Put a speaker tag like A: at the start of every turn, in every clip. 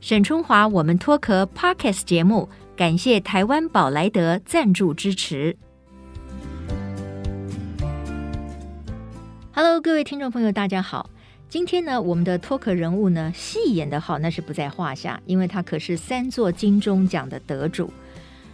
A: 沈春华，我们脱壳 Podcast 节目，感谢台湾宝莱德赞助支持。Hello，各位听众朋友，大家好。今天呢，我们的脱壳人物呢，戏演的好那是不在话下，因为他可是三座金钟奖的得主。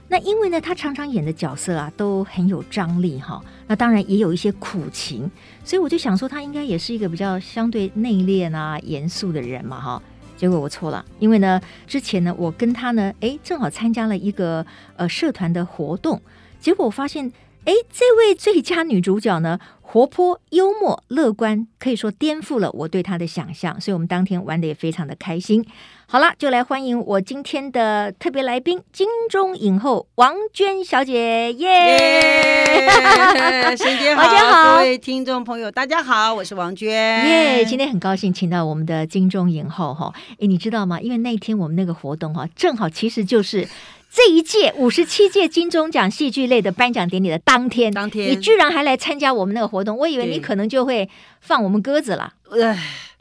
A: 那因为呢，他常常演的角色啊，都很有张力哈。那当然也有一些苦情，所以我就想说，他应该也是一个比较相对内敛啊、严肃的人嘛哈。结果我错了，因为呢，之前呢，我跟他呢，诶，正好参加了一个呃社团的活动，结果我发现，诶，这位最佳女主角呢，活泼、幽默、乐观，可以说颠覆了我对她的想象，所以我们当天玩的也非常的开心。好啦，就来欢迎我今天的特别来宾——金钟影后王娟小姐，耶！
B: 耶！沈姐好，
A: 王娟好
B: 各位听众朋友，大家好，我是王娟。
A: 耶今天很高兴请到我们的金钟影后哈，诶，你知道吗？因为那天我们那个活动哈，正好其实就是这一届五十七届金钟奖戏剧类的颁奖典礼的当天，
B: 当天
A: 你居然还来参加我们那个活动，我以为
B: 对
A: 你可能就会放我们鸽子了。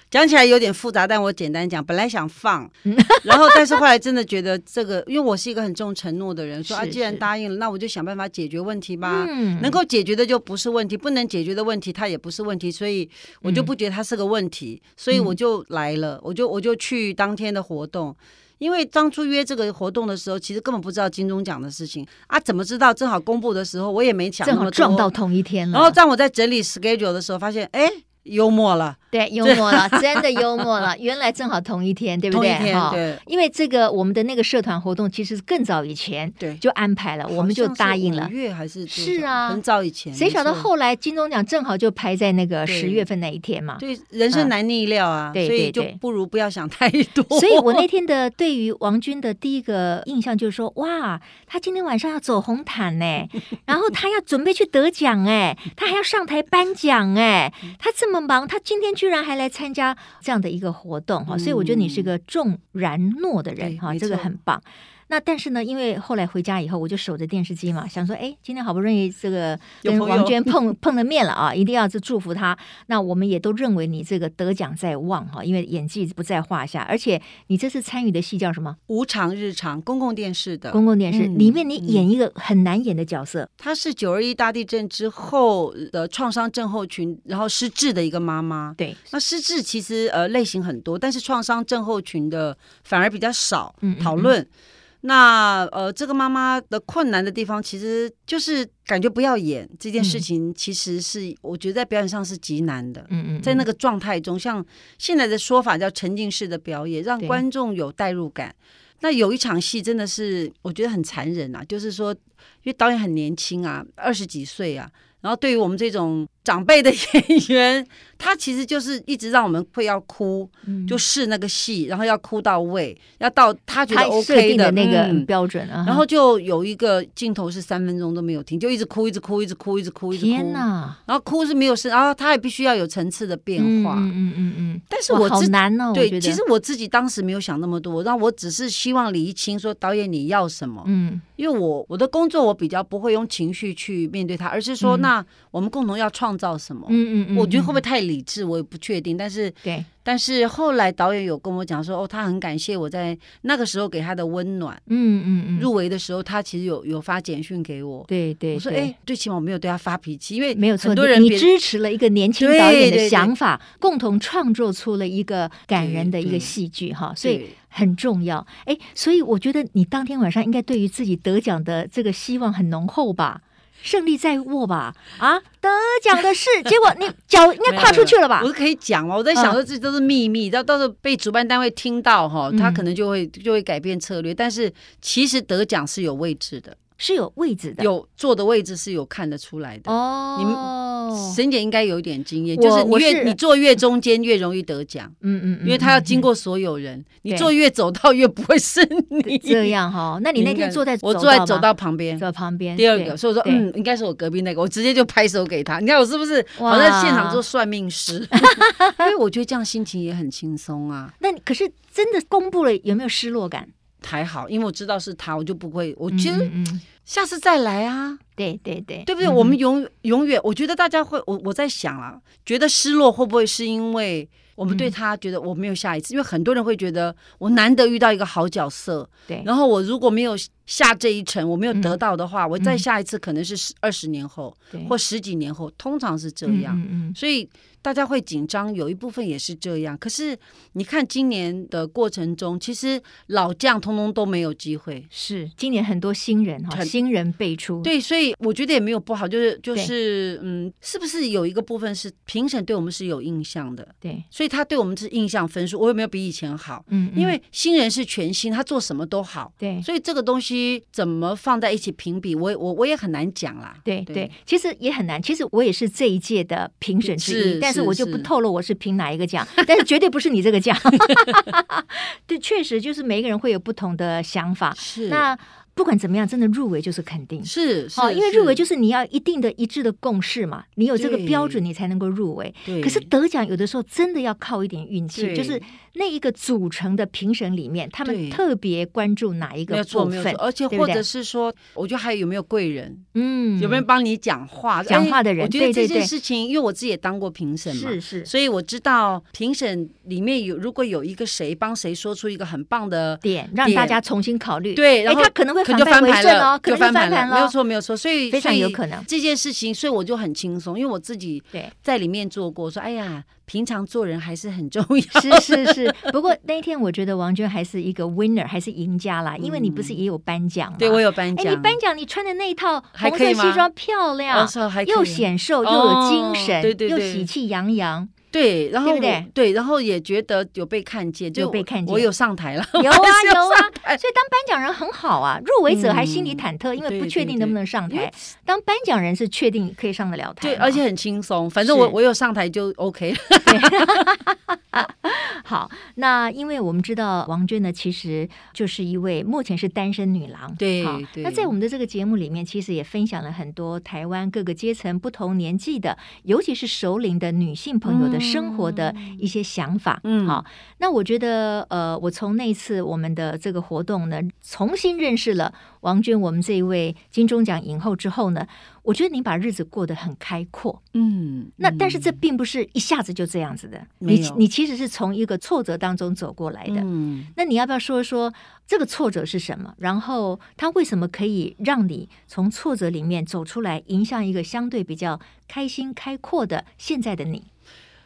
B: 讲起来有点复杂，但我简单讲，本来想放，
A: 嗯
B: 然后但是后来真的觉得这个，因为我是一个很重承诺的人，说啊，
A: 是
B: 既然
A: 是
B: 答应了，那我就想办法解决问题吧。
A: 嗯
B: 啊能够解决的就不是问题，不能解决的问题它也不是问题，所以我就不觉得它是个问题，
A: 嗯
B: 所以我就来了，我就我就去当天的活动。因为当初约这个活动的时候，其实根本不知道金钟奖的事情啊，怎么知道？正好公布的时候，我也没想那
A: 正
B: 么
A: 好
B: 多。哦
A: 撞到同一天了，
B: 然后当我在整理 schedule 的时候，发现哎，幽默了，
A: 对幽默 了，真的幽默了。原来正好同一天，对不
B: 同一
A: 对？
B: 天，
A: 哈
B: 对
A: 因为这个我们的那个社团活动其实更早以前
B: 对，
A: 就安排了，我们就答应了
B: 五。月还是多少
A: 是啊
B: 很早以前，
A: 谁晓得
B: 没错
A: 后来金钟奖正好就排在那个
B: 对
A: 十月份那一天嘛。
B: 对人生难逆料啊，
A: 嗯对
B: 所以
A: 对
B: 就
A: 对
B: 不如不要想太多。
A: 所以
B: 哦
A: 我那天的对于王军的第一个印象就是说，哇，他今天晚上要走红毯 呢，然后他要准备去得奖哎，他还要上台颁奖哎，
B: 嗯
A: 他这么忙，他今天居然还来参加这样的一个活动哈，
B: 嗯
A: 所以我觉得你是个重然诺的人
B: 对
A: 哈，
B: 没
A: 这
B: 错
A: 个很棒。那但是呢，因为后来回家以后，我就守着电视机嘛，想说，哎，今天好不容易这个
B: 有
A: 跟
B: 朋友
A: 王 娟碰碰了面了啊，一定要是祝福她。那我们也都认为你这个得奖在望哈，因为演技不在话下，而且你这次参与的戏叫什么？
B: 无常日常公共电视的，
A: 公共电视、
B: 嗯
A: 里面，你演一个很难演的角色，
B: 她是九二一大地震之后的创伤症候群，然后失智的一个妈妈。
A: 对，
B: 那失智其实呃类型很多，但是创伤症候群的反而比较少
A: 嗯嗯嗯
B: 讨论。那呃，这个妈妈的困难的地方，其实就是感觉不要演这件
A: 嗯
B: 事情，其实是、我觉得在表演上是极难的。
A: 嗯嗯，
B: 在那
A: 个
B: 个状态中，像现在的说法叫沉浸式的表演，让
A: 对
B: 观众有代入感。那有一场戏真的是我觉得很残忍啊，就是说，因为导演很年轻啊，二十几岁啊，然后对于我们这种长辈的 演员，他其实就是一直让我们会要哭，
A: 嗯
B: 就试那个戏，然后要哭到位，要到他觉得
A: 他设
B: OK
A: 定的那个
B: 嗯
A: 标准啊，
B: 然后就有一个镜头是三分钟都没有停，就一直哭，一直哭，一直哭，一直哭，一直哭。
A: 天哪，
B: 然后哭是没有声，然
A: 啊
B: 后他也必须要有层次的变化。
A: 嗯嗯嗯嗯，
B: 但是
A: 哇
B: 我
A: 好
B: 自
A: 难哦，我觉
B: 对，
A: 得
B: 其实我自己当时没有想那么多，那我只是希望厘清说导演你要什么，
A: 嗯
B: 因为我我的工作我比较不会用情绪去面对它，而是说、
A: 嗯
B: 那我们共同要创造什么。
A: 嗯嗯嗯，
B: 我觉得会不会
A: 嗯
B: 太理智，我也不确定。但是，
A: 对，
B: 但是后来导演有跟我讲说，哦，他很感谢我在那个时候给他的温暖。
A: 嗯嗯嗯，
B: 入围的时候，他其实有有发简讯给我，
A: 对对，
B: 我说，
A: 对
B: 哎，最起码我没有对他发脾气，因为
A: 没有错，
B: 很多
A: 你
B: 人
A: 你
B: 别
A: 支持了一个年轻
B: 对
A: 导演的
B: 对对
A: 想法，共同创作出了一个感人的
B: 对
A: 一个
B: 对
A: 戏剧哈，所以
B: 对
A: 很重要。哎，所以我觉得你当天晚上应该对于自己得奖的这个希望很浓厚吧。胜利在握吧！啊，得奖的是，结果 你脚应该跨出去了吧
B: 我？是可以讲哦嘛？我在想说这都是秘密，到、到时候被主办单位听到哈，他
A: 嗯嗯
B: 可能就会就会改变策略。但是其实得奖是有位置的，
A: 是有位置的
B: 有坐的位置是有看得出来的。
A: 哦。
B: 沈姐应该有一点经验，
A: 我
B: 就是你
A: 我
B: 越
A: 是
B: 你坐越中间越容易得奖，
A: 嗯嗯嗯，嗯
B: 因为他要经
A: 过
B: 过所有人，你
A: 对
B: 坐越走道越不会是你。
A: 嗯这样 哈。那你那
B: 应该
A: 天坐在
B: 我
A: 走
B: 坐在
A: 道
B: 走
A: 吗
B: 道旁边。
A: 走旁边，
B: 第二
A: 对
B: 个，所以我说，
A: 对
B: 嗯，应该是我隔壁那个，我直接就拍手给他。你看我是不是？
A: 哇
B: 我在现场做算命师， 因为我觉得这样心情也很轻松啊，
A: 那你可是真的公布了，有没有失落感？
B: 还好，因为我知道是他，我就不会。我
A: 嗯
B: 觉得
A: 嗯嗯
B: 下次再来啊，
A: 对对对，
B: 对不对？
A: 嗯
B: 我们永永远，我觉得大家会，我我在想啊，觉得失落会不会是因为？我们对
A: 嗯
B: 他觉得我没有下一次，因为很多人会觉得我难得遇到一个好角色，
A: 对，
B: 然后我如果没有下这一层，我没有得到的话，我再
A: 嗯
B: 下一次可能是十二十年后、
A: 对
B: 或十几年后，通常是这
A: 嗯
B: 样。
A: 嗯嗯
B: 所以大家会紧张，有一部分也是这样。可是你看今年的过程中，其实老将通通都没有机会。
A: 是今年很多新人哈，
B: 很
A: 新人辈出，
B: 对，所以我觉得也没有不好，就是就
A: 对
B: 是嗯，是不是有一个部分是评审对我们是有印象的，
A: 对，
B: 所以他对我们是印象分数，我有没有比以前好？
A: 嗯，嗯
B: 因为新人是全新，他做什么都好，
A: 对。
B: 所以这个东西怎么放在一起评比，我也我我也很难讲啦。
A: 对对，其实也很难。其实我也是这一届的评审之一，
B: 是
A: 但是
B: 是
A: 我就不
B: 是
A: 透露我是评哪一个奖， 但是绝对不是你这个奖。 对，确实就是每一个人会有不同的想法。
B: 是
A: 那不管怎么样，真的入围就是肯定。
B: 是是、
A: 哦，因为入围就是是你要一定的一致的共识嘛，你有这个标准，你才能够入围。
B: 对，
A: 可是得奖有的时候真的要靠一点运气，
B: 对
A: 就是那一个组成的评审里面，他们
B: 对
A: 特别关注哪一
B: 没
A: 个
B: 有错
A: 部
B: 没有
A: 分
B: 错，，而且
A: 对不
B: 或
A: 对
B: 者是说，我觉得还有没有贵人，
A: 嗯，
B: 有没有人帮你讲话？
A: 讲
B: 哎
A: 话的人
B: 我觉得
A: 对对
B: 这
A: 对
B: 件事情，因为我自己也当过评审嘛，
A: 是是
B: 所以我知道评审里面有如果有一个谁帮谁说出一个很棒的。
A: 点让
B: 点
A: 大家重新考虑？
B: 对，
A: 哎
B: 然后
A: 他可能会
B: 可
A: 反
B: 就
A: 败
B: 翻
A: 为
B: 盘
A: 胜哦
B: 了，，
A: 可能
B: 翻
A: 会翻
B: 盘
A: 盘
B: 了，没有
A: 了，
B: 错，没有错，所以
A: 非常有
B: 所以
A: 可能。
B: 这件事情，所以我就很轻松，因为我自己
A: 对，
B: 在里面做过，说哎呀，平常做人还是很重 要。
A: 是是是。不过那一天我觉得王娟还是一个 winner，还是赢家啦，因为你不是也有颁奖吗？
B: 嗯对我有颁
A: 哎，
B: 奖，
A: 你颁奖你穿的那一套
B: 还
A: 红
B: 可
A: 色
B: 以
A: 西
B: 吗
A: 装漂亮
B: 哦，是哦还可
A: 又
B: 以
A: 显瘦又有精神，
B: 哦对对
A: 又
B: 对
A: 喜气洋洋。
B: 对，然后
A: 对
B: 我
A: 不对
B: 对，然后也觉得有被看见，就
A: 有被看见
B: 我有上台了，
A: 有啊
B: 我还是
A: 有啊
B: 上台
A: 所以当颁奖人很好啊，入围者还心里
B: 嗯
A: 忐忑，因为
B: 对
A: 不确定
B: 对
A: 能不能上
B: 因为
A: 台。当颁奖人是确定可以上得了台嘛，
B: 对，而且很轻松，反正我
A: 是
B: 我有上台就 OK 了。
A: 好，那因为我们知道王娟呢，其实就是一位目前是单身女郎。
B: 对
A: 好
B: 对
A: 那在我们的这个节目里面，其实也分享了很多台湾各个阶层、不同年纪的，尤其是熟龄的女性朋友的生活的一些想法。
B: 嗯
A: 好，那我觉得呃，我从那一次我们的这个活动呢，重新认识了王娟，我们这一位金钟奖影后之后呢，我觉得你把日子过得很开阔。
B: 嗯，
A: 那但是这并不是一下子就这样子的，
B: 没
A: 你
B: 有
A: 你其实是从一个挫折当中走过来的。
B: 嗯，
A: 那你要不要说一说这个挫折是什么？然后它为什么可以让你从挫折里面走出来，迎向一个相对比较开心、开阔的现在的你？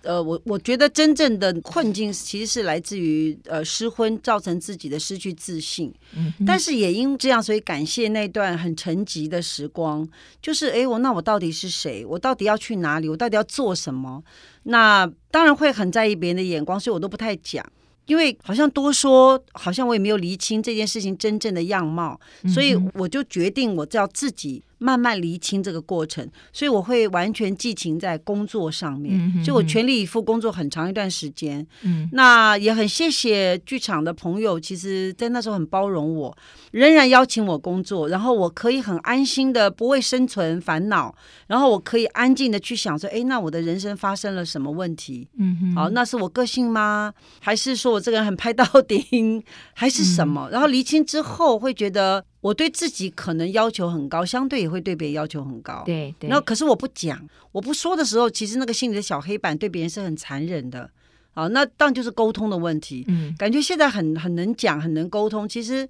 B: 呃，我我觉得真正的困境其实是来自于呃失婚，造成自己的失去自信。
A: 嗯哼，
B: 但是也因这样，所以感谢那段很沉寂的时光。就是诶，我那我到底是谁？我到底要去哪里？我到底要做什么？那当然会很在意别人的眼光，所以我都不太讲。因为好像多说，好像我也没有厘清这件事情真正的样貌，
A: 嗯
B: 所以我就决定我要自己慢慢厘清这个过程，所以我会完全寄情在工作上
A: 嗯
B: 面
A: 哼，
B: 所以我
A: 哼
B: 全力以赴工作很长一段时间。
A: 嗯
B: 那也很谢谢剧场的朋友，其实在那时候很包容我，仍然邀请我工作，然后我可以很安心的不为生存烦恼，然后我可以安静的去想说，哎，那我的人生发生了什么问题？
A: 嗯哼，
B: 好，那是我个性吗？还是说我这个人很拍到 顶，还是什
A: 嗯
B: 么？然后厘清之后，会觉得我对自己可能要求很高，相对也会对别人要求很高。
A: 对对，
B: 然后可是我不讲，我不说的时候，其实那个心里的小黑板对别人是很残忍的。好，那当然就是沟通的问题。
A: 嗯
B: 感觉现在很很能讲，很能沟通。其实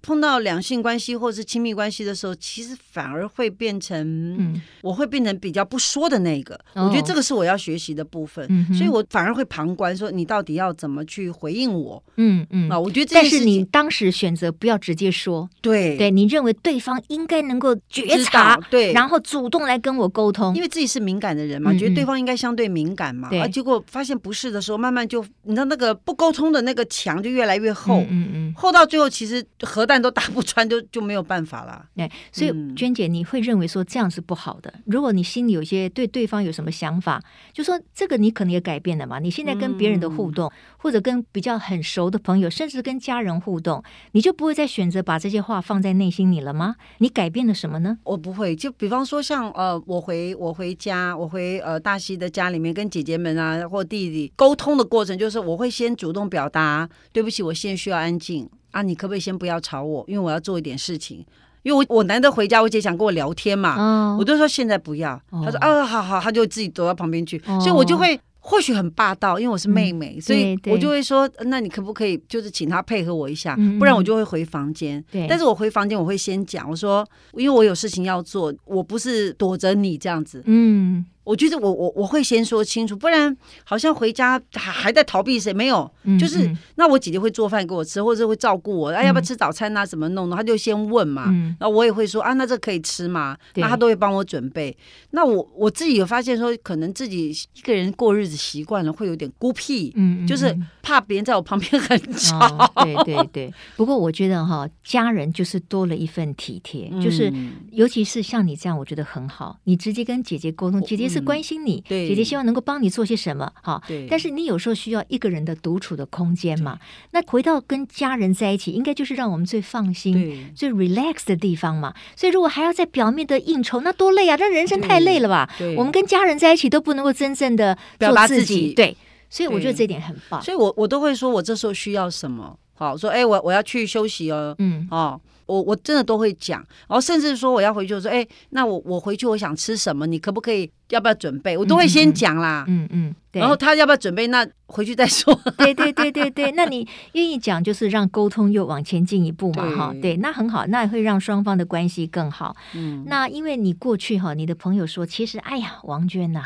B: 碰到两性关系或是亲密关系的时候，其实反而会变成，
A: 嗯
B: 我会变成比较不说的那个。
A: 哦
B: 我觉得这个是我要学习的部分。
A: 嗯哼
B: 所以我反而会旁观，说你到底要怎么去回应我？
A: 嗯嗯
B: 啊、。我觉得这
A: 但
B: 件
A: 是
B: 事
A: 你
B: 情
A: 当时选择不要直接说，
B: 对
A: 对你认为对方应该能够觉
B: 知
A: 察
B: 道，对，
A: 然后主动来跟我沟通
B: 因。为自己是敏感的人嘛，
A: 嗯
B: 觉得对方应该相对敏感嘛，
A: 对
B: 啊，结果发现不是的时候，慢慢就你知道那个不沟通的那个墙就越来越厚，
A: 嗯嗯嗯。
B: 厚到最后其实核弹都打不穿，就就没有办法啦。
A: 对，所以
B: 嗯
A: 娟姐，你会认为说这样是不好的。如果你心里有些对对方有什么想法，就说这个你可能也改变了嘛。你现在跟别人的
B: 嗯
A: 互动，或者跟比较很熟的朋友，甚至跟家人互动，你就不会再选择把这些话放在内心里了吗？你改变了什么呢？
B: 我不会，就比方说像呃，我回我回家，我回呃大西的家里面跟姐姐们啊或弟弟沟通的过程，就是我会先主动表达，对不起，我现在需要安静啊，你可不可以先不要吵我，因为我要做一点事情，因为我我难得回家，我姐想跟我聊天嘛，
A: 哦
B: 我，就说现在不要，他说
A: 哦
B: 啊，好好，他就自己躲到旁边去，
A: 哦嗯
B: 所以我就会或许很霸道，因为我是妹妹，所以
A: 对
B: 我就会说，呃那你可不可以就是请她配合我一下，
A: 嗯
B: 不然我就会回房间。
A: 对
B: 但是我回房间我会先讲，我说因为我有事情要做，我不是躲着你这样子。
A: 嗯
B: 我觉得我我我会先说清楚，不然好像回家还还在逃避谁没有。
A: 嗯，
B: 就是
A: 嗯
B: 那我姐姐会做饭给我吃，或者会照顾我，哎、
A: 嗯
B: 要不要吃早餐啊？怎么弄的？她就先问嘛。
A: 嗯
B: 然后我也会说啊，那这可以吃吗？
A: 对
B: 那她都会帮我准备。那我我自己有发现说，可能自己一个人过日子习惯了，会有点孤僻，
A: 嗯，嗯
B: 就是
A: 嗯
B: 怕别人在我旁边很吵。
A: 哦，对对对。不过我觉得哈、家人就是多了一份体贴，就是
B: 嗯
A: 尤其是像你这样，我觉得很好。你直接跟姐姐沟通，
B: 我嗯
A: 姐姐是关心你，
B: 对
A: 姐姐希望能够帮你做些什么，哈。
B: 对，
A: 但是你有时候需要一个人的独处的空间嘛？那回到跟家人在一起，应该就是让我们最放心、
B: 对。
A: 最 relax 的地方嘛。所以如果还要在表面的应酬，那多累啊！那人生太累了吧？
B: 对，
A: 我们跟家人在一起都不能够真正的
B: 表达
A: 自
B: 自己
A: 对。所以我觉得
B: 对
A: 这一点很棒。
B: 所以我我都会说，我这时候需要什么？好，说哎、我我要去休息哦，
A: 嗯
B: 哦，我我真的都会讲，然后甚至说我要回去，我说哎、那我我回去我想吃什么，你可不可以要不要准备？我都会先讲啦。
A: 嗯嗯，对。
B: 然 后他要不要准备？那回去 再说。
A: 对对对对对，那 你愿意讲，就是让沟通又往前进一步嘛，
B: 对
A: 哈，对，那很好，那会让双方的关系更好。
B: 嗯，
A: 那因为你过去哈，你的朋友说，其实哎呀，王娟 呐、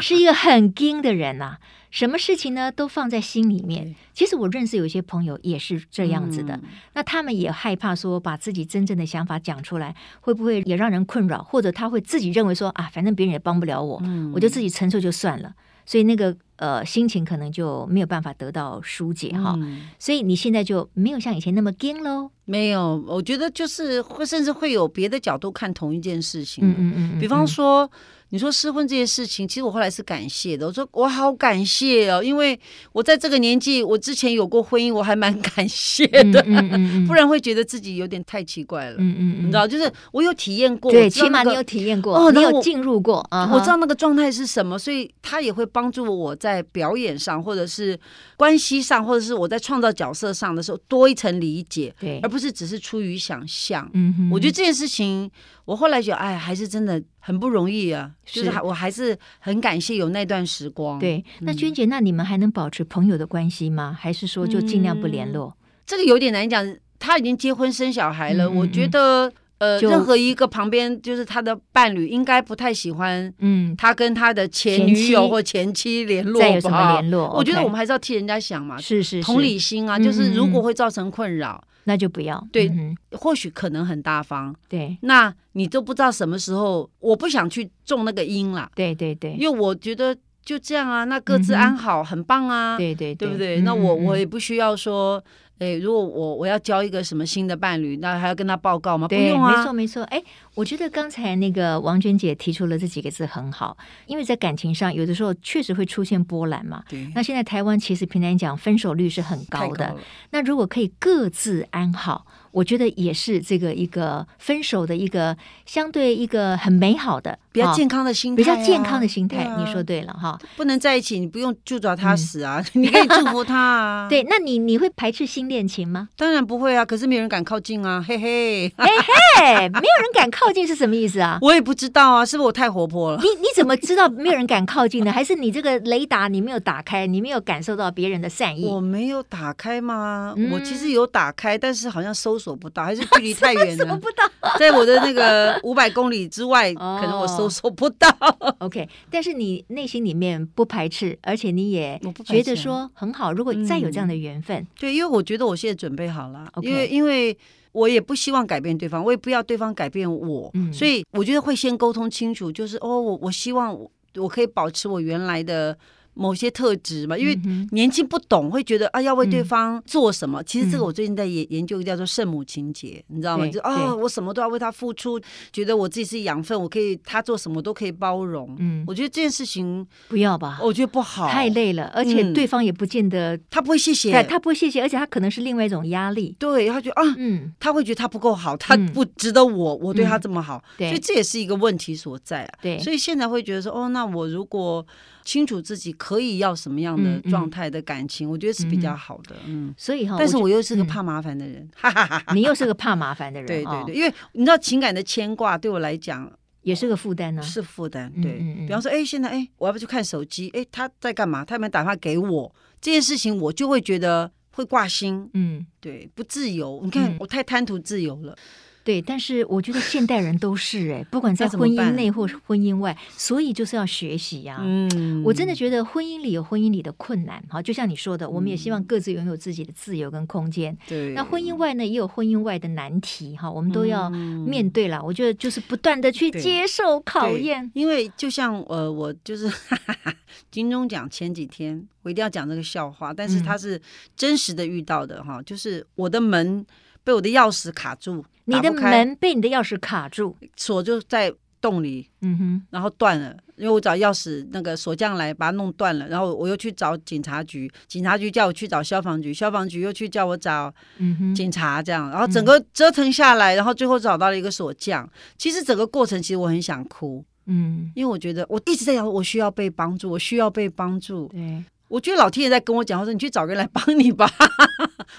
A: 是一个很硬的人呐、什么事情呢都放在心里面
B: 对。
A: 其实我认识有一些朋友也是这样子的，
B: 嗯
A: 那他们也害怕说把自己真正的想法讲出来，会不会也让人困扰？或者他会自己认为说啊，反正别人也帮不了我，
B: 嗯
A: 我就自己承受就算了。所以那个呃心情可能就没有办法得到疏解哈。
B: 嗯
A: 所以你现在就没有像以前那么硬喽。
B: 没有，我觉得就是会，甚至会有别的角度看同一件事情。
A: 嗯嗯嗯嗯
B: 比方说，你说失婚这些事情，其实我后来是感谢的。我说我好感谢哦，因为我在这个年纪，我之前有过婚姻，我还蛮感谢
A: 嗯
B: 的，
A: 嗯嗯嗯，
B: 不然会觉得自己有点太奇怪了。
A: 嗯嗯
B: 你
A: 嗯
B: 知道，就是我有体验过，
A: 对，
B: 我知道
A: 起码
B: 那个
A: 你有体验过，
B: 哦
A: 你
B: 然后
A: 有
B: 我
A: 进入过啊哈。
B: 我知道那个状态是什么，所以他也会帮助我在表演上，或者是关系上，或者是我在创造角色上的时候多一层理解，
A: 对
B: 而，不是只是出于想象。
A: 嗯哼
B: 我觉得这件事情，我后来觉得，哎，还是真的很不容易啊。就是是还我还是很感谢有那段时光。，
A: 对。
B: 嗯
A: 那娟姐，那你们还能保持朋友的关系吗？还是说就尽量不
B: 嗯
A: 联络？
B: 这个有点难讲。他已经结婚生小孩了，
A: 嗯嗯
B: 我觉得，呃，
A: 就
B: 任何一个旁边就是他的伴侣，应该不太喜欢
A: 嗯，
B: 他跟他的前
A: 前
B: 女友
A: 妻
B: 或前妻联络吧。
A: 再有什么联络？
B: 我觉得
A: OK
B: 我们还是要替人家想嘛，
A: 是是是
B: 同理，心啊，
A: 嗯
B: 就是如
A: 嗯
B: 果
A: 嗯
B: 会造成困扰，
A: 那就不要
B: 对
A: 嗯哼
B: 或许可能很大方，
A: 对
B: 那你都不知道什么时候，我不想去种那个因啦，
A: 对对对
B: 因为我觉得就这样啊，那各自
A: 嗯哼
B: 安好，很棒啊，
A: 对对
B: 对不
A: 嗯
B: 对？那我
A: 嗯
B: 我
A: 嗯
B: 也不需要说，哎，如果我我要交一个什么新的伴侣，那还要跟他报告吗？不
A: 对，
B: 用
A: 没
B: 啊
A: 错，没错。哎，我觉得刚才那个王娟姐提出了这几个字很好，因为在感情上有的时候确实会出现波澜嘛。
B: 对，
A: 那现在台湾其实平常讲分手率是很
B: 太
A: 高的，
B: 了
A: 那如果可以各自安好，我觉得也是这个一个分手的一个相对一个很美好的
B: 比较、
A: 啊
B: 健康的心态
A: 比
B: 啊，
A: 较健康的心态。
B: 对啊
A: 你说对了哈。
B: 不能在一起，你不用就找他
A: 嗯
B: 死啊， 你可以祝福他啊。，
A: 对，那你你会排斥新恋情吗？
B: 当然不会啊，可是没有人敢靠近啊，嘿嘿。
A: 哎，没有人敢靠近是什么意思啊？
B: 我也不知道啊，是不是我太活泼了？
A: 你你怎么知道没有人敢靠近呢？ 还是你这个雷达你没有打开，你没有感受到别人的善意？
B: 我没有打开吗？
A: 嗯
B: 我其实有打开，但是好像搜索不到，还是 距离太远
A: 怎么
B: 了，
A: 不到
B: 在我的那个五百公里之外，
A: 哦
B: 可能我搜索不到。
A: ？OK，但是你内心里面不排斥，而且你也
B: 我不排
A: 觉
B: 斥
A: 得说很好。如果再有这样的
B: 嗯
A: 缘分，
B: 对，因为我觉得我现在准备好了
A: OK
B: 因为因为我也不希望改变对方，我也不要对方改变我，
A: 嗯
B: 所以我觉得会先沟通清楚，就是哦，我我希望我我可以保持我原来的某些特质嘛，因为
A: 嗯哼
B: 年轻不懂，会觉得啊要为对
A: 嗯
B: 方做什么。其实这个
A: 嗯
B: 我最近在研研究一个叫做圣母情节，你知道吗？
A: 对
B: 就啊
A: 对
B: 我什么都要为他付出，觉得我自己是养分，我可以他做什么我都可以包容。
A: 嗯，
B: 我觉得这件事情，
A: 不要吧，
B: 我觉得不好，
A: 啊太，累了，而且
B: 哦嗯
A: 对方也不见得，
B: 他不会谢
A: 对，
B: 谢，
A: 他不会谢谢，而且他可能是另外一种压力。
B: 对他觉得啊。
A: 嗯，
B: 他会觉得他不够好，他
A: 嗯
B: 不值得我，我对他
A: 嗯
B: 这么好，
A: 对
B: 所以这也是一个问题所在啊。
A: 对，
B: 所以现在会觉得说，哦，那我如果清楚自己可以要什么样的
A: 嗯嗯
B: 状态的感情，我觉得是比较好的。嗯，
A: 所以哈，
B: 但是
A: 我
B: 我又是个
A: 嗯
B: 怕麻烦的人，哈哈哈哈。
A: 你又是个怕麻烦的人，
B: 对对
A: 哦
B: 对，因为你知道情感的牵挂对我来讲，
A: 也是个负担呢、
B: 是负担
A: 嗯。
B: 对，
A: 嗯嗯
B: 比方说，哎，现在哎，我要不要去看手机？哎，他在干嘛？他有没有打电话给我？这件事情我就会觉得会挂心，
A: 嗯，
B: 对，不自由。你看，
A: 嗯
B: 我太贪图自由了。
A: 对。但是我觉得现代人都是哎、不管在
B: 那怎么
A: 婚姻
B: 办
A: 内或是婚姻外，所以就是要学习呀、
B: 嗯
A: 啊我真的觉得婚姻里有婚姻里的困难，好，就像你说的，我们也希望各自拥有自己的自由跟空间。
B: 嗯对，
A: 那婚姻外呢，也有婚姻外的难题，哈，我们都要
B: 嗯
A: 面对啦。我觉得就是不断的去
B: 对
A: 接受考
B: 对
A: 验，
B: 因为就像呃，我就是 金钟奖前几天，我一定要讲这个笑话，但是
A: 嗯
B: 它是真实的遇到的哈，就是我的门被我的钥匙卡住，
A: 你
B: 打
A: 的
B: 不开
A: 门被你的钥匙卡住，
B: 锁就在洞里，
A: 嗯哼，
B: 然后断了，因为我找钥匙那个锁匠来把它弄断了，然后我又去找警察局，警察局叫我去找消防局，消防局又去叫我找
A: 嗯哼，
B: 警察，这样，然后整个折腾下来，然后最后找到了一个锁匠。其实整个过程，其实我很想哭，
A: 嗯，
B: 因为我觉得我一直在想，我需要被帮助，我需要被帮助。
A: 对，
B: 我觉得老天爷在跟我讲，他说你去找个人来帮你吧，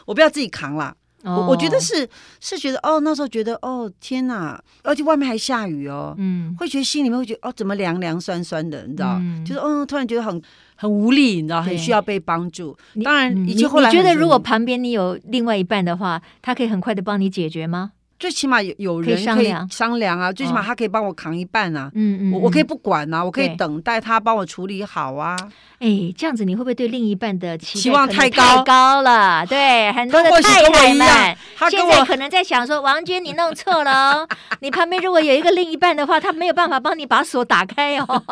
B: 我不要自己扛啦。我我觉得
A: 哦，
B: 是是觉得哦，那时候觉得哦天哪，而且外面还下雨哦，
A: 嗯，
B: 会觉得心里面会觉得哦，怎么凉凉酸酸的，你知道？
A: 嗯
B: 就是嗯，突然觉得很很无力，你知道，
A: 对
B: 很需要被帮助。
A: 你
B: 当然
A: 嗯你
B: 一切后来
A: 你觉
B: 很
A: 得
B: 容
A: 如果
B: 易
A: 旁边你有另外一半的话，他可以很快的帮你解决吗？
B: 最起码有有
A: 可以
B: 人
A: 商
B: 可以
A: 量
B: 商量啊，最起码
A: 哦
B: 他可以帮我扛一半啊。
A: 嗯嗯，
B: 我我可以
A: 嗯，
B: 不管啊，我可以
A: 对
B: 等待他帮我处理好啊。
A: 哎，这样子你会不会对另一半的期
B: 期
A: 待
B: 望
A: 可能
B: 太
A: 太
B: 高
A: 高了？对，很多的
B: 或许
A: 太
B: 跟我
A: 太
B: 一
A: 们
B: 样。，他跟
A: 现在
B: 我
A: 可能在想说，王娟你弄错了 哦，你旁边如果有一个另一半的话，他没有办法帮你把锁打开哦。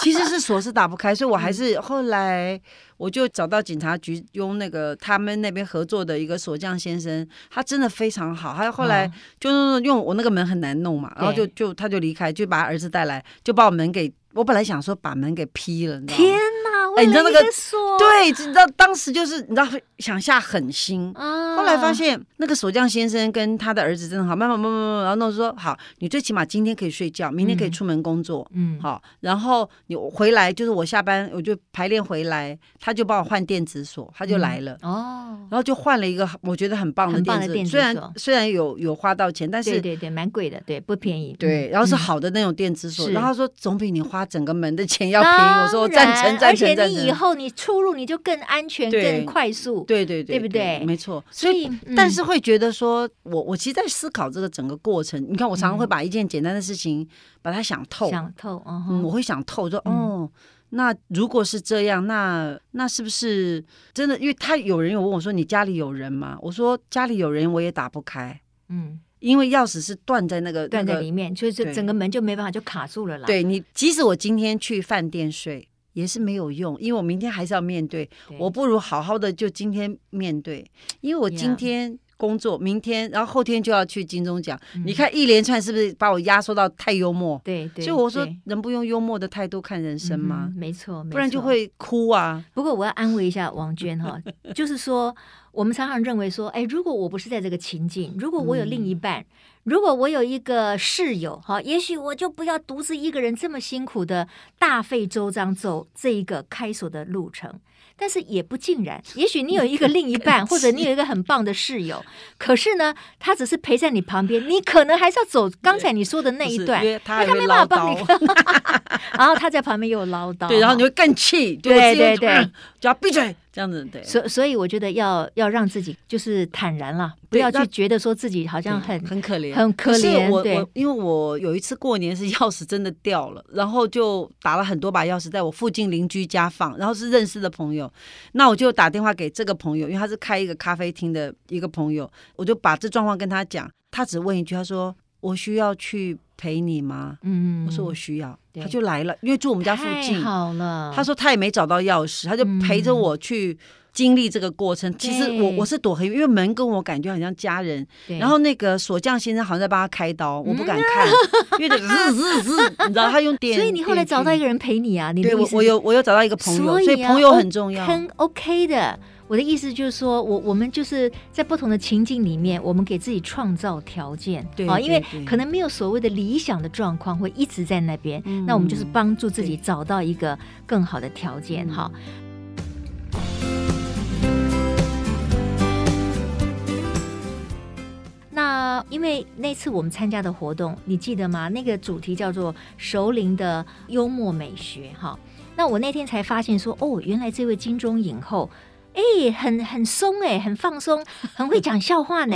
B: 其实是锁是打不开，所以
A: 嗯
B: 我还是后来我就找到警察局，用那个他们那边合作的一个锁匠先生，他真的非常好。他后来
A: 嗯
B: 就弄用我那个门很难弄嘛，然后就
A: 对
B: 就他就离开，就把他儿子带来，就把我门给我本来想说把门给劈了，你知道
A: 天啊
B: 吗？
A: 哪，
B: 哎
A: 为
B: 你知道
A: 了一
B: 那个
A: 个锁，
B: 对，你知道当时就是你知道想下狠心。
A: 啊，
B: 后来发现那个锁匠先生跟他的儿子真的好，慢慢慢慢慢慢，然后弄说好，你最起码今天可以睡觉，明天可以
A: 嗯
B: 出门工作，
A: 嗯，
B: 好，然后你回来就是我下班我就排练回来，他就帮我换电子锁，他就来了，
A: 哦，
B: 然后就换了一个我觉得很棒的
A: 很
B: 电
A: 棒
B: 子，
A: 的电子
B: 虽然
A: 锁
B: 虽然有有花到钱，但是
A: 对对对，蛮贵的，对，不便宜。
B: 对
A: 嗯
B: 然后是
A: 嗯
B: 好的那种电子锁，
A: 是
B: 然后他说总比你花整个门的钱要便宜，
A: 当
B: 我说我赞成
A: 然
B: 赞
A: 而且
B: 成赞
A: 你以
B: 成，
A: 后你出入你就更安全、
B: 对
A: 更快速。
B: 对对对
A: 对不对
B: 没错，
A: 所
B: 所以。
A: 以，嗯
B: 但是会觉得说，我我其实在思考这个整个过程。你看，我常常会
A: 嗯
B: 把一件简单的事情把它想透，
A: 想透，嗯
B: 嗯，我
A: 哼，
B: 会想透说，
A: 嗯
B: 哦，那如果是这样，那那是不是真的？因为他有人有问我说，你家里有人吗？我说家里有人，我也打不开，
A: 嗯，
B: 因为钥匙是断在那个
A: 断在
B: 那个。
A: 里面，就是
B: 对
A: 整个门就没办法就卡住了啦。
B: 对你，即使我今天去饭店睡也是没有用，因为我明天还是要面对。
A: 对，
B: 我不如好好的就今天面对，因为我
A: Yeah
B: 今天。工作，明天，然后后天就要去金钟奖。
A: 嗯
B: 你，看一连串是不是把我压缩到太幽默？
A: 对对，
B: 所以我说
A: 对，
B: 人不用幽默的态度看人生吗
A: 嗯？哼没错，没
B: 不然就
A: 错
B: 会哭啊。
A: 不过我要安慰一下王娟 哈，就是说我们常常认为说，哎，如果我不是在这个情 境，如果我有另一
B: 嗯
A: 半，如果我有一个室友哈，也许我就不要独自一个人这么辛苦的大费周章走这一个开锁的路程。但是也不尽 然，也许你有一个另一半，或者你有一个很棒的室友，可是呢，他只是陪在你旁边，你可能还是要走刚才你说的那一
B: 不是
A: 段
B: 因，为他
A: 因为
B: 还
A: 他
B: 会
A: 没
B: 唠
A: 办法帮你
B: 叨，
A: 然后他在旁边又唠叨哈，
B: 对，然后你会更气，就
A: 对
B: 我自己
A: 对
B: 就
A: 对
B: 嗯就要闭嘴这样子，对，
A: 所所以我觉得要要让自己就是坦然啦，不
B: 对
A: 要去
B: 那
A: 觉得说自己好
B: 这
A: 像很
B: 嗯很可怜，
A: 很可怜
B: 是我
A: 对
B: 我因为我有一次过年是钥匙真的掉了，然后就打了很多把钥匙在我附近邻居家放，然后是认识的朋友，那我就打电话给这个朋友，因为他是开一个咖啡厅的一个朋友，我就把这状况跟他讲，他只问一句，他说我需要去陪你吗？
A: 嗯，
B: 我说我需要，
A: 对
B: 他就来了，因为住我
A: 我
B: 们家附近，
A: 好了，嗯
B: 他说他也没找到钥匙，他就陪着我去经历这个过程。其实我
A: 对
B: 我是躲很远，因为门跟我感觉很像家人。
A: 对，嗯
B: 然后那个锁匠先生好像在帮他开刀，我不敢看， 因为这滋滋滋，你知道他用电。
A: 所以你后来找到一
B: 个，
A: 个人陪你啊，你的
B: 对
A: 意
B: 我
A: 思
B: 我有我有找到一个朋友，
A: 所
B: 所
A: 以
B: 以
A: 啊
B: 朋友很重要。
A: 很 OK 的。我的意思就是说，我我们就是在不同的情境里面，我们给自己创造条件，
B: 对
A: 啊，
B: 对
A: 因为
B: 对
A: 可能没有所谓的理想的状况会一直在那边，
B: 嗯
A: 那我们就是帮助自己
B: 对
A: 找到一个更好的条件哈。那呢，因为那次我们参加的活动，你记得吗？那个主题叫做“熟龄的幽默美学”哈。那我那天才发现说，哦，原来这位金钟影后，哎、很很松哎、很放松，很会讲笑话呢，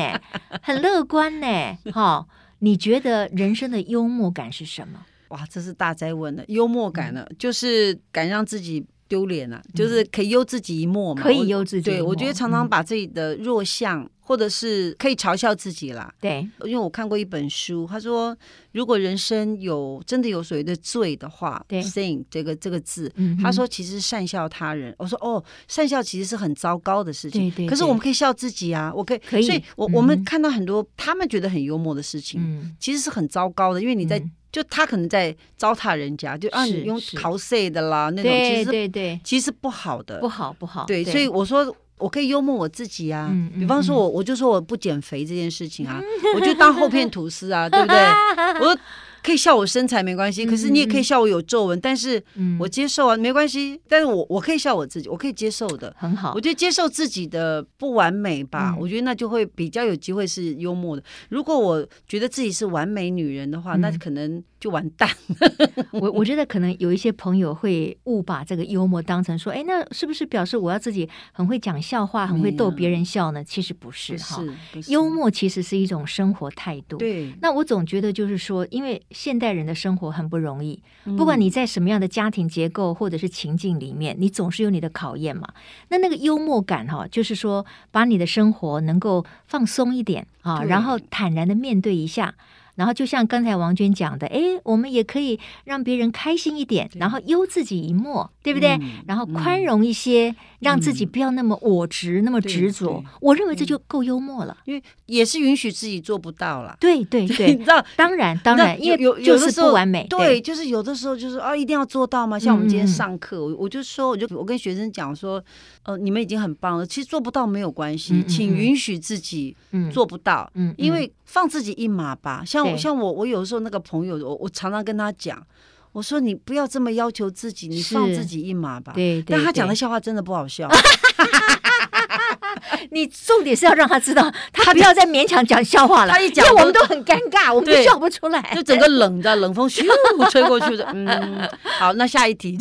A: 很乐观呢，哈。你觉得人生的幽默感是什么？
B: 哇，这是大灾问了，幽默感
A: 嗯
B: 了，就是敢让自己丢脸啊，就是可以悠自己一默嘛。
A: 可以
B: 我
A: 优质寂
B: 对，我
A: 寞
B: 觉得常常
A: 嗯
B: 把自己的弱项，或者是可以嘲笑自己啦。
A: 对，
B: 因为我看过一本书，他说，如果人生有真的有所谓的罪的话
A: 对
B: ，sin 这个这个字，
A: 嗯哼，
B: 他说其实善笑他人。我说哦，善笑其实是很糟糕的事情，
A: 对对
B: 可是
A: 对
B: 我们可以笑自己啊，我可以，
A: 可以
B: 所以我、
A: 嗯哼
B: 我们看到很多他们觉得很幽默的事情，
A: 嗯，
B: 其实是很糟糕的，因为你在、
A: 嗯
B: 就他可能在糟蹋人家，就啊
A: 是
B: 你用
A: 是
B: 考碎的啦那种，其
A: 对
B: 实
A: 对对，
B: 其实不好的，
A: 不好不好，
B: 对，所以我说我可以幽默我自己啊。
A: 嗯嗯
B: 比方说我，我就说我不减肥这件事情 啊，我就当厚片吐司啊，对不对？我可以笑我身材没关系，可是你也可以笑我有皱纹，但是
A: 嗯
B: 我接受啊，没关系。但是我我可以笑我自己，我可以接受的。
A: 很好
B: 我，觉得接受自己的不完美吧，
A: 嗯
B: 我觉得那就会比较有机会是幽默的。如果我觉得自己是完美女人的话，
A: 嗯
B: 那可能就完蛋。
A: 我我觉得可能有一些朋友会误把这个幽默当成说，哎，那是不是表示我要自己很会讲笑话，很会逗别人笑呢？其实不是
B: 不
A: 哈，
B: 是不是
A: 幽默其实是一种生活态度。
B: 对，
A: 那我总觉得就是说，因为现代人的生活很不容易，不管
B: 嗯
A: 你在什么样的家庭结构或者是情境里面，你总是有你的考验嘛。那那个幽默感哈、就是说把你的生活能够放松一点啊，
B: 对
A: 然后坦然的面对一下。然后就像刚才王娟讲的，诶，我们也可以让别人开心一点，
B: 对
A: 然后悠自己一默，对不对？
B: 嗯
A: 然后
B: 嗯
A: 宽容一些，让自己不要那么我执，那么
B: 对嗯
A: 执着
B: 对。
A: 我认为这就够幽默了。
B: 因为也是允许自己做不到啦。
A: 对对
B: 你
A: 对，
B: 知道，
A: 当然当
B: 那
A: 然，因为
B: 有有有
A: 就
B: 的
A: 是
B: 时候
A: 不完美。
B: 对，就是有的时候就是啊，一定要做到吗？像我们
A: 嗯
B: 今天
A: 嗯
B: 上课，我我就说，我就我跟学生讲说，呃，你们已经很棒了，其实做不到没有关系，
A: 嗯嗯
B: 请
A: 嗯
B: 允许自己
A: 嗯，
B: 做不到。
A: 嗯，
B: 因为放自己一马吧，像我
A: 对
B: 像我，我有时候那个朋友，我我常常跟他讲，我说你不要这么要求自己，你
A: 是
B: 放自己一马吧
A: 嗯。对，
B: 但
A: 对
B: 他讲
A: 对
B: 的笑话真的不 好笑，
A: 你重点是要让他知道，他不要再勉强讲笑话了。
B: 他一讲
A: 因为我
B: 都
A: 们都很尴尬，我们都
B: 对
A: 笑不出来。
B: 就整个冷的冷风咻吹过去的。嗯，好，那下一题。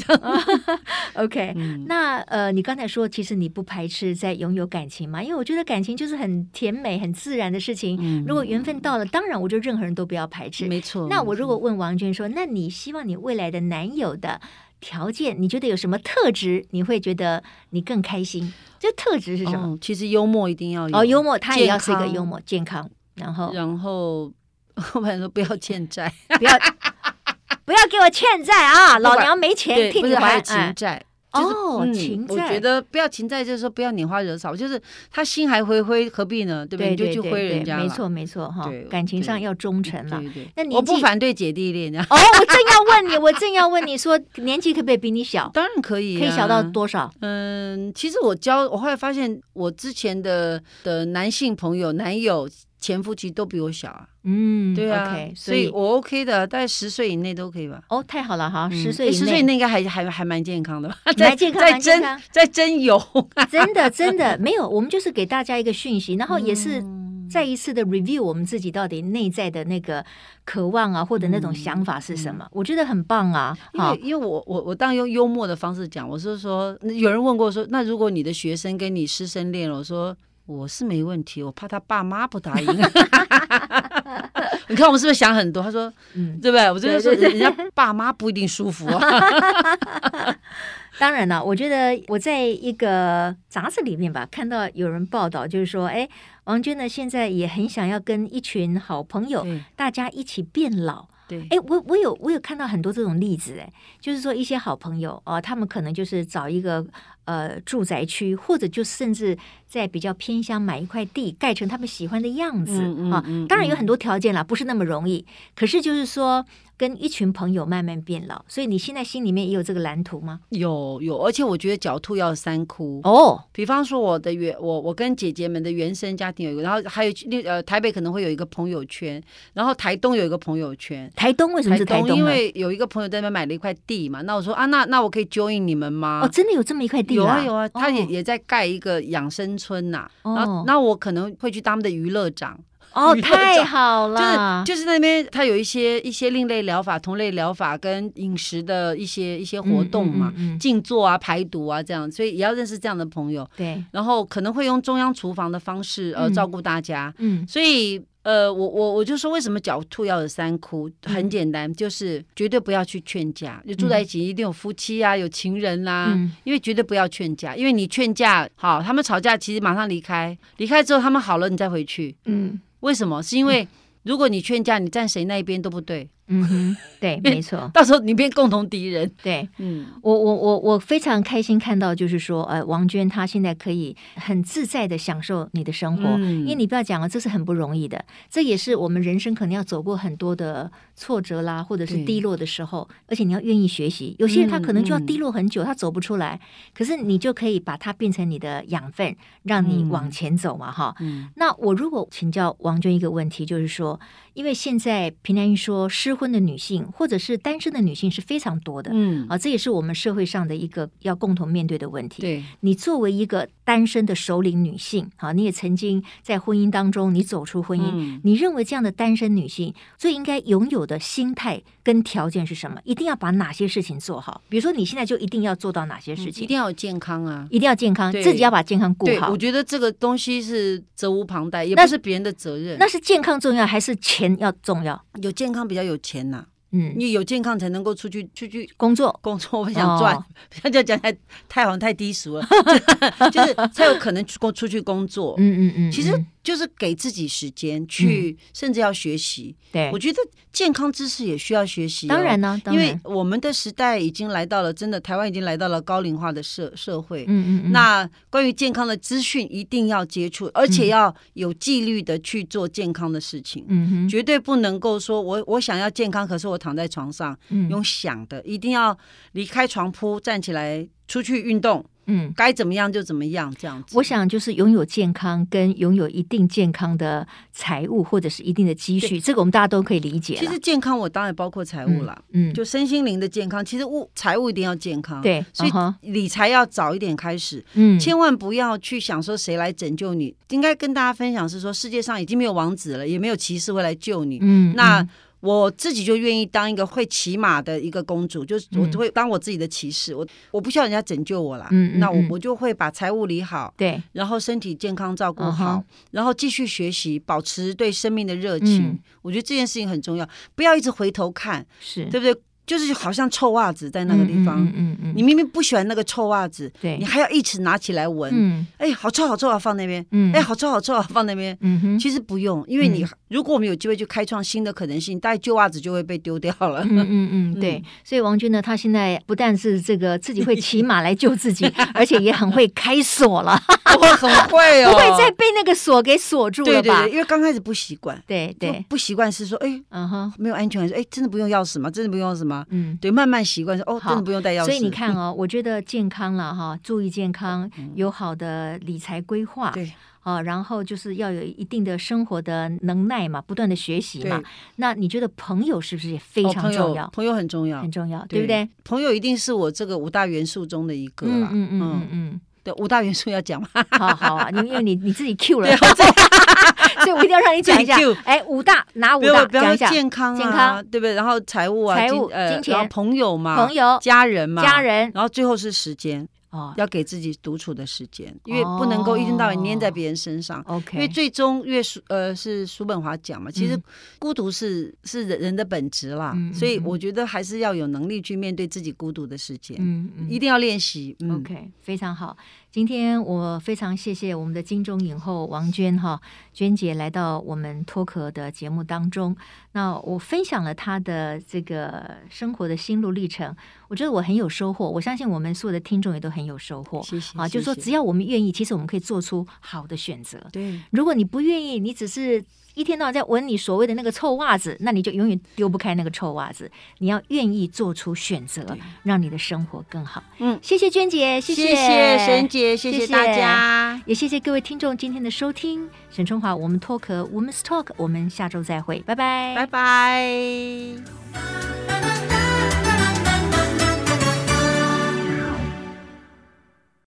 A: OK，、
B: 嗯
A: 那呃，你刚才说，其实你不排斥在拥有感情嘛？因为我觉得感情就是很甜美、很自然的事情。
B: 嗯
A: 如果缘分到了，当然我觉得任何人都不要排斥。
B: 没错。
A: 那我如果问王娟说，那你希望你未来的男友的条件，你觉得有什么特质，你会觉得你更开心？这特质是什么？
B: 哦其实幽默一定要有，
A: 哦，幽默，他也要是一个
B: 健康
A: 幽默、健康，然后
B: 然后 我朋友说不要 欠债，
A: 不要不要给我欠债啊！
B: 不管
A: 老娘没钱
B: 对，
A: 替
B: 不
A: 你
B: 是还
A: 还。
B: 有情债。
A: 哎
B: 就是
A: 哦，
B: 嗯
A: 情债，
B: 我觉得不要情债，就是说不要拈花惹草，就是他心还灰灰，何必呢？对不
A: 对
B: 你就
A: 对
B: 去
A: 对
B: 挥人家
A: 对没
B: 了
A: 错没错哈
B: 对，
A: 感情上
B: 对
A: 要忠诚了。
B: 对对，
A: 那年纪
B: 我不反对姐弟恋啊，
A: 哦，我正要问你，我正要问你说，年纪可不可以比你小？
B: 当然可以、啊，
A: 可以小到。多少？
B: 嗯，其实我交，我后来发现我之前的的男性朋友、男友、前夫其实都比我小啊，
A: 嗯，
B: 对啊
A: OK，所
B: 所以
A: 以
B: 我 OK 的，啊大概十岁以内都可以吧。
A: 哦，太好了哈，十岁
B: 嗯诶
A: 以
B: 十岁以
A: 内。
B: 内应该还还还蛮健康的吧？
A: 蛮健康
B: 在
A: 蛮健
B: 真
A: 康
B: 在真有，
A: 真的，真的没有，我们就是给大家一个讯息，然后也是
B: 嗯
A: 再一次的 review 我们自己到底内在的那个渴望啊，或者那种
B: 嗯
A: 想法是什么，我觉得很棒啊，
B: 因
A: 好
B: 为，因为我我我当然用幽默的方式讲，我是说，有人问过说，那如果你的学生跟你师生恋了，我说我是没问题，我怕他爸妈不答应。 你看我们是不是想很多？他说
A: 嗯，
B: 对不对？我就说
A: 对对
B: 人家爸妈不一定舒服啊。
A: 当然了，我觉得我在一个杂志里面吧，看到有人报道，就是说，哎，王娟呢现在也很想要跟一群好朋友，
B: 对
A: 大家一起变老。
B: 对，
A: 哎，我我有我有看到很多这种例子，哎，就是说一些好朋友哦、他们可能就是找一个呃住宅区，或者就甚至在比较偏乡买一块地，盖成他们喜欢的样子啊、
B: 嗯嗯嗯
A: 当然有很多条件啦，不是那么容易。可是就是说，跟一群朋友慢慢变老，所以你现在心里面也有这个蓝图吗？
B: 有有，而且我觉得狡兔要三窟。
A: 哦，
B: 比方说我的原我我跟姐姐们的原生家庭有一个，然后还有另呃台北可能会有一个朋友圈，然后台东有一个朋友圈，
A: 台东为什么是台东呢？啊
B: 因为有一个朋友在那边买了一块地嘛，那我说啊，那那我可以 join 你们吗？
A: 哦，真的有这么一块地
B: 有啊
A: 啦
B: 有啊，他也、
A: 哦
B: 也在盖一个养生村呐、然后
A: 哦
B: 那我可能会去当他们的娱乐长，
A: 哦，
B: 娱乐
A: 太
B: 照
A: 好了，
B: 就是就是那边它有一些一些另类疗法、同类疗法跟饮食的一些一些活动嘛，
A: 嗯嗯嗯嗯
B: 静坐啊、排毒啊这样，所以也要认识这样的朋友，
A: 对，
B: 然后可能会用中央厨房的方式呃
A: 嗯
B: 照顾大家，
A: 嗯
B: 所以。呃，我我我就说，为什么狡兔要有三窟？很简单，就是绝对不要去劝架。就住在一起，一定有夫妻啊，有情人啦、
A: 嗯
B: 因为绝对不要劝架，因为你劝架，好，他们吵架，其实马上离开，离开之后他们好了，你再回去，
A: 嗯
B: 为什么？是因为如果你劝架，你站谁那一边都不对，
A: 嗯哼， 对，没错，
B: 到时候你变共同敌人。
A: 对。
B: 嗯，
A: 我我我我非常开心看到，就是说，呃，王娟她现在可以很自在的享受你的生活，
B: 嗯
A: 因为你不要讲了，这是很不容易的，这也是我们人生可能要走过很多的挫折啦，或者是
B: 对嗯
A: 低落的时候，而且你要愿意学习。有些人他可能就要低落很久，他走不出来，可是你就可以把它变成你的养分，让你往前走嘛，哈。
B: 嗯
A: 那我如果请教王娟一个问题，就是说，因为现在平南一说失婚的女性或者是单身的女性是非常多的，
B: 嗯，
A: 啊，这也是我们社会上的一个要共同面对的问题。
B: 对，
A: 你作为一个单身的首领女性，啊，你也曾经在婚姻当中你走出婚姻，
B: 嗯
A: 你认为这样的单身女性最应该拥有的心态跟条件是什么？一定要把哪些事情做好？比如说，你现在就一定要做到哪些事情？
B: 一定要有健康啊。
A: 一定要健康，
B: 对
A: 自己要把健康顾
B: 对，
A: 好
B: 我。觉得这个东西是责无旁贷，也
A: 那
B: 不是别人的责任。
A: 那是健康重要还是钱要重要？
B: 有健康比较有钱呐、
A: 嗯，
B: 你有健康才能够出去出去
A: 工作
B: 工作， 我想赚
A: 哦，
B: 不要、讲太太好像太低 俗了，就是才有可能去工出去工作。
A: 嗯嗯嗯，
B: 其实
A: 嗯
B: 就是给自己时间去，甚至要学习。
A: 对
B: 我，觉得健康知识也需要学习、哦
A: 当然。呢，当
B: 因
A: 然
B: 为我们的时代已经来到了，真的台湾已经来到了高龄化的社社会。
A: 嗯嗯嗯，
B: 那关于健康的资讯一定要接触，而且要有纪律的去做健康的事情，
A: 嗯哼
B: 绝对不能够说我我想要健康，可是我躺在床上、
A: 嗯
B: 用想的，一定要离开床铺，站起来出去运动，
A: 嗯。
B: 该怎么样就怎么样，这样子。
A: 我想，就是拥有健康跟拥有一定健康的财务或者是一定的积蓄，这个我们大家都可以理解啦。
B: 其实健康我当然包括财务啦，
A: 嗯，
B: 就身心灵的健康，其实物财务一定要健康，，
A: 对，
B: 所以
A: 嗯哼
B: 理财要早一点开始，
A: 嗯，
B: 千万不要去想说谁来拯救你。应该跟大家分享是说，世界上已经没有王子了，也没有骑士会来救你。
A: 嗯，
B: 那
A: 嗯
B: 我自己就愿意当一个会骑马的一个公主，就是我
A: 嗯
B: 会当我自己的骑士，我我不需要人家拯救我啦。
A: 嗯嗯
B: 那我
A: 嗯
B: 我就会把财务理好，
A: 对，
B: 然后身体健康照顾
A: 嗯
B: 好
A: 哼
B: 然后继续学习，保持对生命的热情。
A: 嗯
B: 我觉得这件事情很重要，不要一直回头看，
A: 是
B: 对不对？就是好像臭袜子在那个地方，
A: 嗯嗯嗯，
B: 你明明不喜欢那个臭袜子，
A: 对
B: 你，还要一直拿起来闻。
A: 嗯
B: 哎、好臭，好臭啊，放那边。
A: 嗯，
B: 哎、好臭，好臭啊，放那边。
A: 嗯哼，
B: 其实不用，因为你、
A: 嗯
B: 如果我们有机会去开创新的可能性，大概旧袜子就会被丢掉了。
A: 嗯嗯嗯，对，所以王军呢，他现在不但是这个自己会 骑马来救自己，而且也很会开锁了，
B: 我很会哦，
A: 不会再被那个锁给锁住
B: 对
A: 了
B: 对
A: 吧
B: 对，？因为刚开始不习惯，
A: 对
B: 就
A: 对，
B: 不习惯是说，哎，
A: 嗯哼，
B: 没有安全感，说哎，真的不用钥匙吗？真的不用钥匙吗？
A: 嗯。
B: 对，慢慢习惯说，哦，
A: 好
B: 真的不用带钥匙。
A: 所以你，看 哦，我觉得健康了哈，注意健康，有好的理财规划，
B: 嗯对
A: 哦，然后就是要有一定的生活的能耐嘛，不断的学习
B: 对，
A: 嘛。那你觉得朋友是不是也非
B: 哦
A: 常
B: 朋
A: 重
B: 友
A: 要？嗯
B: 朋友很重要
A: 很，重要，对不对？？
B: 朋友一定是我这个五大元素中的一个
A: 嗯
B: 啦。
A: 嗯嗯嗯
B: 对，五大元素要讲嘛，
A: 嗯，好好啊，你因为你你自己 Q 了
B: 对，
A: 所以我一定要让你讲一下
B: 自己 cue。
A: 哎，五大哪五
B: 不要
A: 大？
B: 不要
A: 讲一下，
B: 健康啊，
A: 健康
B: 对不对？然后财务啊，
A: 财
B: 金
A: 务
B: 呃，
A: 金钱
B: 然后朋友嘛，
A: 朋友、
B: 家人嘛，
A: 家人
B: 然后最后是时间，
A: 哦
B: 要给自己独处的时间，因为不能够一天到晚粘在别人身上。因为
A: 哦，OK，
B: 最终，越叔呃是叔本华讲嘛，其实
A: 嗯
B: 孤独是是人人的本质啦，
A: 嗯嗯
B: 所以
A: 嗯
B: 我觉得还是要有能力去面对自己孤独的时间，
A: 嗯嗯
B: 一定要练习。嗯
A: OK，非常好。今天我非常谢谢我们的金钟影后王娟哈，娟姐来到我们脱壳的节目当中。那我分享了她的这个生活的心路历程，我觉得我很有收获。我相信我们所有的听众也都很有收获。
B: 谢谢
A: 啊，就是说
B: 谢谢
A: 只要我们愿意，其实我们可以做出好的选择。
B: 对
A: 如果你不愿意，你只是一天到晚在闻你所谓的那个臭袜子，那你就永远丢不开那个臭袜子。你要愿意做出选择
B: 对，
A: 让你的生活更好。
B: 嗯
A: 谢谢娟姐，谢
B: 谢谢沈姐，谢
A: 谢
B: 谢
A: 谢
B: 大家。
A: 也谢谢各位听众今天的收听。沈春华，我们 Talk Women's Talk，我们下周再会，拜拜，
B: 拜拜。